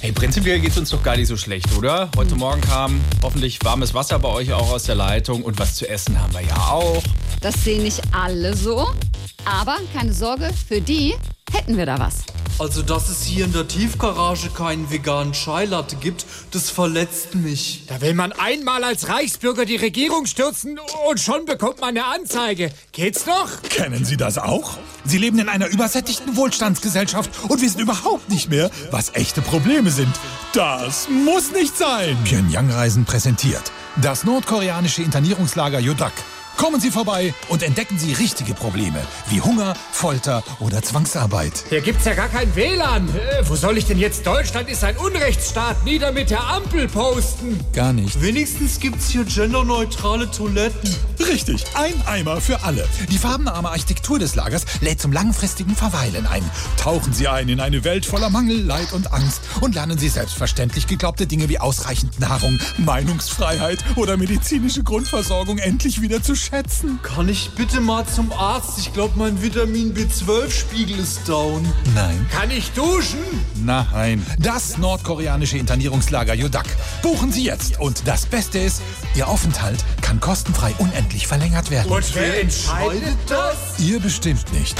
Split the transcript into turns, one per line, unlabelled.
Hey, prinzipiell geht es uns doch gar nicht so schlecht, oder? Heute Morgen kam hoffentlich warmes Wasser bei euch auch aus der Leitung und was zu essen haben wir ja auch.
Das sehen nicht alle so. Aber keine Sorge, für die hätten wir da was.
Also, dass es hier in der Tiefgarage keinen veganen Scheilatte gibt, das verletzt mich.
Da will man einmal als Reichsbürger die Regierung stürzen und schon bekommt man eine Anzeige. Geht's noch?
Kennen Sie das auch? Sie leben in einer übersättigten Wohlstandsgesellschaft und wissen überhaupt nicht mehr, was echte Probleme sind. Das muss nicht sein. Pyongyang-Reisen präsentiert das nordkoreanische Internierungslager Jodak. Kommen Sie vorbei und entdecken Sie richtige Probleme wie Hunger, Folter oder Zwangsarbeit.
Hier gibt's ja gar kein WLAN. Äh, wo soll ich denn jetzt? Deutschland ist ein Unrechtsstaat. Nieder mit der Ampel posten.
Gar nicht.
Wenigstens gibt's hier genderneutrale Toiletten.
Richtig, ein Eimer für alle. Die farbenarme Architektur des Lagers lädt zum langfristigen Verweilen ein. Tauchen Sie ein in eine Welt voller Mangel, Leid und Angst und lernen Sie selbstverständlich geglaubte Dinge wie ausreichend Nahrung, Meinungsfreiheit oder medizinische Grundversorgung endlich wieder zu schätzen.
Kann ich bitte mal zum Arzt? Ich glaube, mein Vitamin B12-Spiegel ist down.
Nein.
Kann ich duschen?
Nein. Das nordkoreanische Internierungslager Jodak. Buchen Sie jetzt. Und das Beste ist, Ihr Aufenthalt kann kostenfrei unendlich verlängert werden.
Und wer entscheidet das?
Ihr bestimmt nicht.